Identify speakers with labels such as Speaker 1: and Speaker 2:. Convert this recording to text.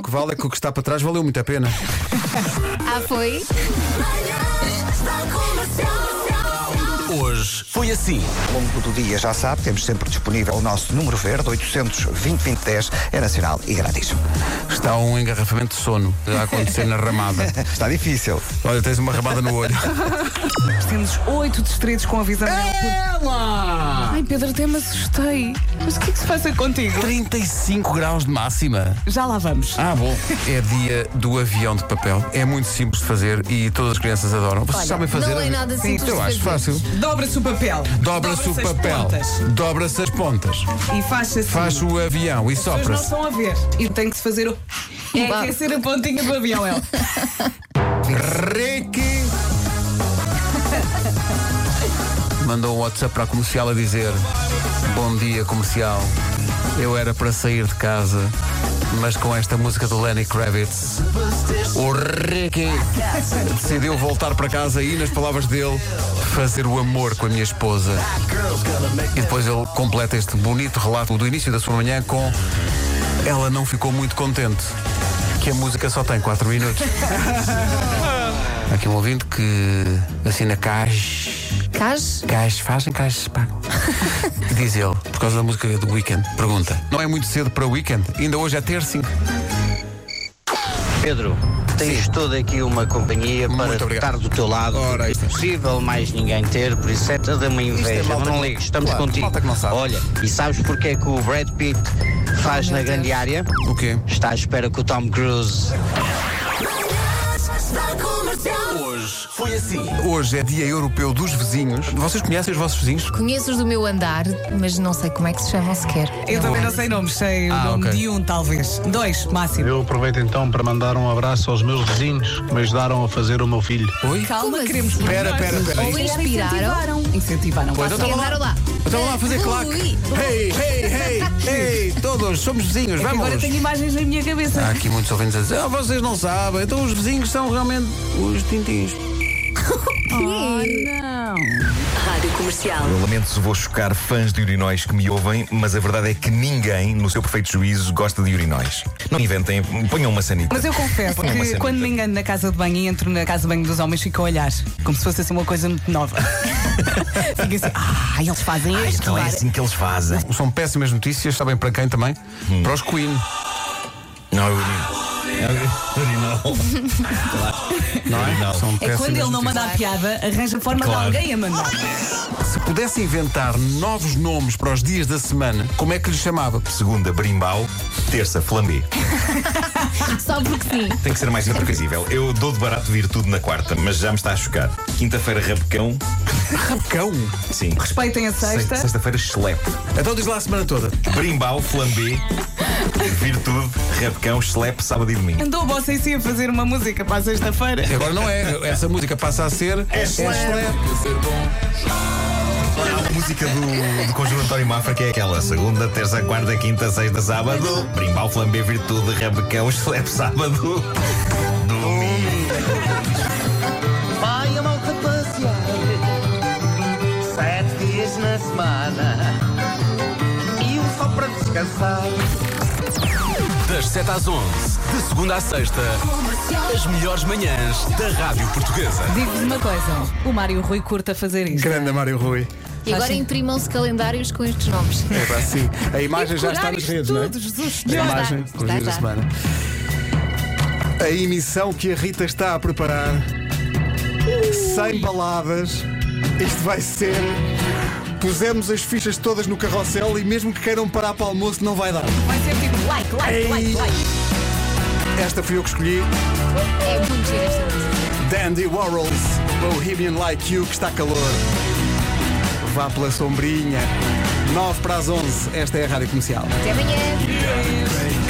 Speaker 1: vale é que o que está para trás valeu muito a pena.
Speaker 2: Ah, foi?
Speaker 3: Hoje foi assim.
Speaker 4: Ao longo do dia, já sabe, temos sempre disponível o nosso número verde, 820-2010, é nacional e grátis.
Speaker 1: Está um engarrafamento de sono a acontecer na ramada.
Speaker 4: Está difícil.
Speaker 1: Olha, tens uma ramada no olho.
Speaker 5: Temos oito distritos com aviso amarelo. Ai, Pedro, até me assustei. Mas o que é que se passa contigo?
Speaker 1: 35 graus de máxima.
Speaker 5: Já lá vamos.
Speaker 1: Ah, bom. É dia do avião de papel. É muito simples de fazer e todas as crianças adoram. Vocês
Speaker 2: Olha,
Speaker 1: sabem fazer? um-
Speaker 2: não é nada
Speaker 1: Sim,
Speaker 2: simples
Speaker 1: Eu
Speaker 2: de
Speaker 1: acho
Speaker 2: fazer.
Speaker 1: fácil.
Speaker 5: Dobra-se o papel.
Speaker 1: Dobra-se o
Speaker 5: Dobra-se as
Speaker 1: papel,
Speaker 5: pontas.
Speaker 1: dobra-se as pontas,
Speaker 5: E faz assim.
Speaker 1: faz o avião e
Speaker 5: Mas não
Speaker 1: sopra-se.
Speaker 5: estão a ver. E tem que se fazer o. É
Speaker 2: Vá.
Speaker 5: aquecer a pontinha do avião, El.
Speaker 1: Ricky! Mandou um WhatsApp para a comercial a dizer: Bom dia, comercial. Eu era para sair de casa, mas com esta música do Lenny Kravitz, o Ricky decidiu voltar para casa e, nas palavras dele, fazer o amor com a minha esposa. E depois ele completa este bonito relato do início da sua manhã com: Ela não ficou muito contente, que a música só tem 4 minutos. Há aqui um ouvinte que assina Cais.
Speaker 2: Cás?
Speaker 1: Cais fazem, Cais pagam. Diz ele, por causa da música do Weekend. Pergunta: Não é muito cedo para o Weekend? Ainda hoje é terça? hein?
Speaker 6: Pedro, tens toda aqui uma companhia para
Speaker 1: Muito obrigado.
Speaker 6: estar do teu lado.
Speaker 1: Ora,
Speaker 6: é
Speaker 1: isto é-
Speaker 6: possível mais ninguém ter, por isso é toda uma
Speaker 1: é
Speaker 6: inveja.
Speaker 1: malta
Speaker 6: mas não
Speaker 1: que-
Speaker 6: ligues, estamos
Speaker 1: claro,
Speaker 6: contigo.
Speaker 1: malta que não sabe.
Speaker 6: Olha, e sabes porque é que o Brad Pitt faz na grande área?
Speaker 1: O quê?
Speaker 6: Está à espera que o Tom Cruise
Speaker 3: Hoje foi assim.
Speaker 1: Hoje é Dia Europeu dos Vizinhos. Vocês conhecem os vossos vizinhos?
Speaker 2: Conheço os do meu andar, mas não sei como é que se chamam sequer.
Speaker 5: Eu também não sei nomes, sei o
Speaker 1: Ah,
Speaker 5: nome
Speaker 1: ok.
Speaker 5: de um, talvez. Dois, máximo.
Speaker 7: Eu aproveito então para mandar um abraço aos meus vizinhos que me ajudaram a fazer o meu filho.
Speaker 1: Oi?
Speaker 5: Calma,
Speaker 2: Como
Speaker 5: queremos
Speaker 2: assim?
Speaker 1: Pera, pera, pera.
Speaker 2: Ou inspiraram.
Speaker 5: Incentivaram.
Speaker 1: Pois, então
Speaker 2: Sim,
Speaker 1: estava
Speaker 2: andaram
Speaker 1: lá.
Speaker 2: lá.
Speaker 1: Estava lá a fazer
Speaker 2: Ui.
Speaker 1: claque. Hey, hey, hey, hey, todos somos vizinhos,
Speaker 5: É que
Speaker 1: vamos.
Speaker 5: Agora tenho imagens na minha cabeça.
Speaker 1: Há aqui muitos ouvintes a dizer, ah, vocês não sabem, então os vizinhos são realmente os tintins.
Speaker 8: Rádio Comercial.
Speaker 9: Eu lamento se vou chocar fãs de urinóis que me ouvem, mas a verdade é que ninguém, no seu perfeito juízo, gosta de urinóis. Não inventem, ponham uma sanita.
Speaker 5: Mas eu confesso
Speaker 9: Ponham uma
Speaker 5: que
Speaker 9: sanita.
Speaker 5: quando me engano na casa de banho e entro na casa de banho dos homens, fico a olhar, como se fosse assim uma coisa muito nova. fico assim, ah, eles fazem isto.
Speaker 9: Então é
Speaker 5: claro."
Speaker 9: assim que eles fazem.
Speaker 1: São péssimas notícias, sabem para quem também? Para os Queen.
Speaker 9: Não é urinol. É urinol.
Speaker 1: Não é? tipo,
Speaker 9: Não.
Speaker 1: São
Speaker 5: É quando
Speaker 1: péssimas
Speaker 5: ele não
Speaker 1: notícias.
Speaker 5: manda a piada, arranja forma
Speaker 9: Claro.
Speaker 5: de alguém a mandar.
Speaker 1: Se pudesse inventar novos nomes para os dias da semana, como é que lhe chamava?
Speaker 9: Segunda, brimbau. Terça, flambé.
Speaker 2: Só porque sim.
Speaker 9: Tem que ser mais imprevisível. Eu dou de barato virtude na quarta, mas já me está a chocar. Quinta-feira, rabecão.
Speaker 1: Rabecão.
Speaker 9: Sim.
Speaker 5: Respeitem a sexta.
Speaker 9: Se- Sexta-feira, chelepe.
Speaker 1: Então diz lá a semana toda.
Speaker 9: Brimbau, flambé. Virtude, rabecão, chelepe, sábado e domingo.
Speaker 5: Andou você sim a fazer uma música para a sexta-feira.
Speaker 1: Agora não é. Essa música passa a ser. É
Speaker 9: A música do, do Conjunto António Mafra que é aquela Segunda, terça, quarta, quinta, sexta, sábado Brimbal, flambé, virtude, rabecão, slap, sábado Domingo
Speaker 6: Vai a malta passear Sete dias na semana E um só para descansar
Speaker 3: Das 7 às 11, de segunda à sexta, as melhores manhãs da Rádio Portuguesa.
Speaker 5: Digo-vos uma coisa: o Mário Rui curta fazer isto.
Speaker 1: Grande Mário Rui.
Speaker 2: E agora imprimam-se calendários com estes nomes.
Speaker 1: É pá, sim. A imagem já está nas redes, não é?
Speaker 2: Jesus,
Speaker 1: A imagem com os dias da semana. A emissão que a Rita está a preparar. Sem baladas. Isto vai ser. Pusemos as fichas todas no carrossel e mesmo que queiram parar para o almoço não vai dar.
Speaker 5: Vai ser tipo like, like, like, like.
Speaker 1: Esta fui eu que escolhi.
Speaker 2: É muito giro esta música.
Speaker 1: Dandy Warhols, Bohemian Like You, que está calor. Vá pela sombrinha. 9 para as 11, esta é a Rádio Comercial.
Speaker 2: Até amanhã.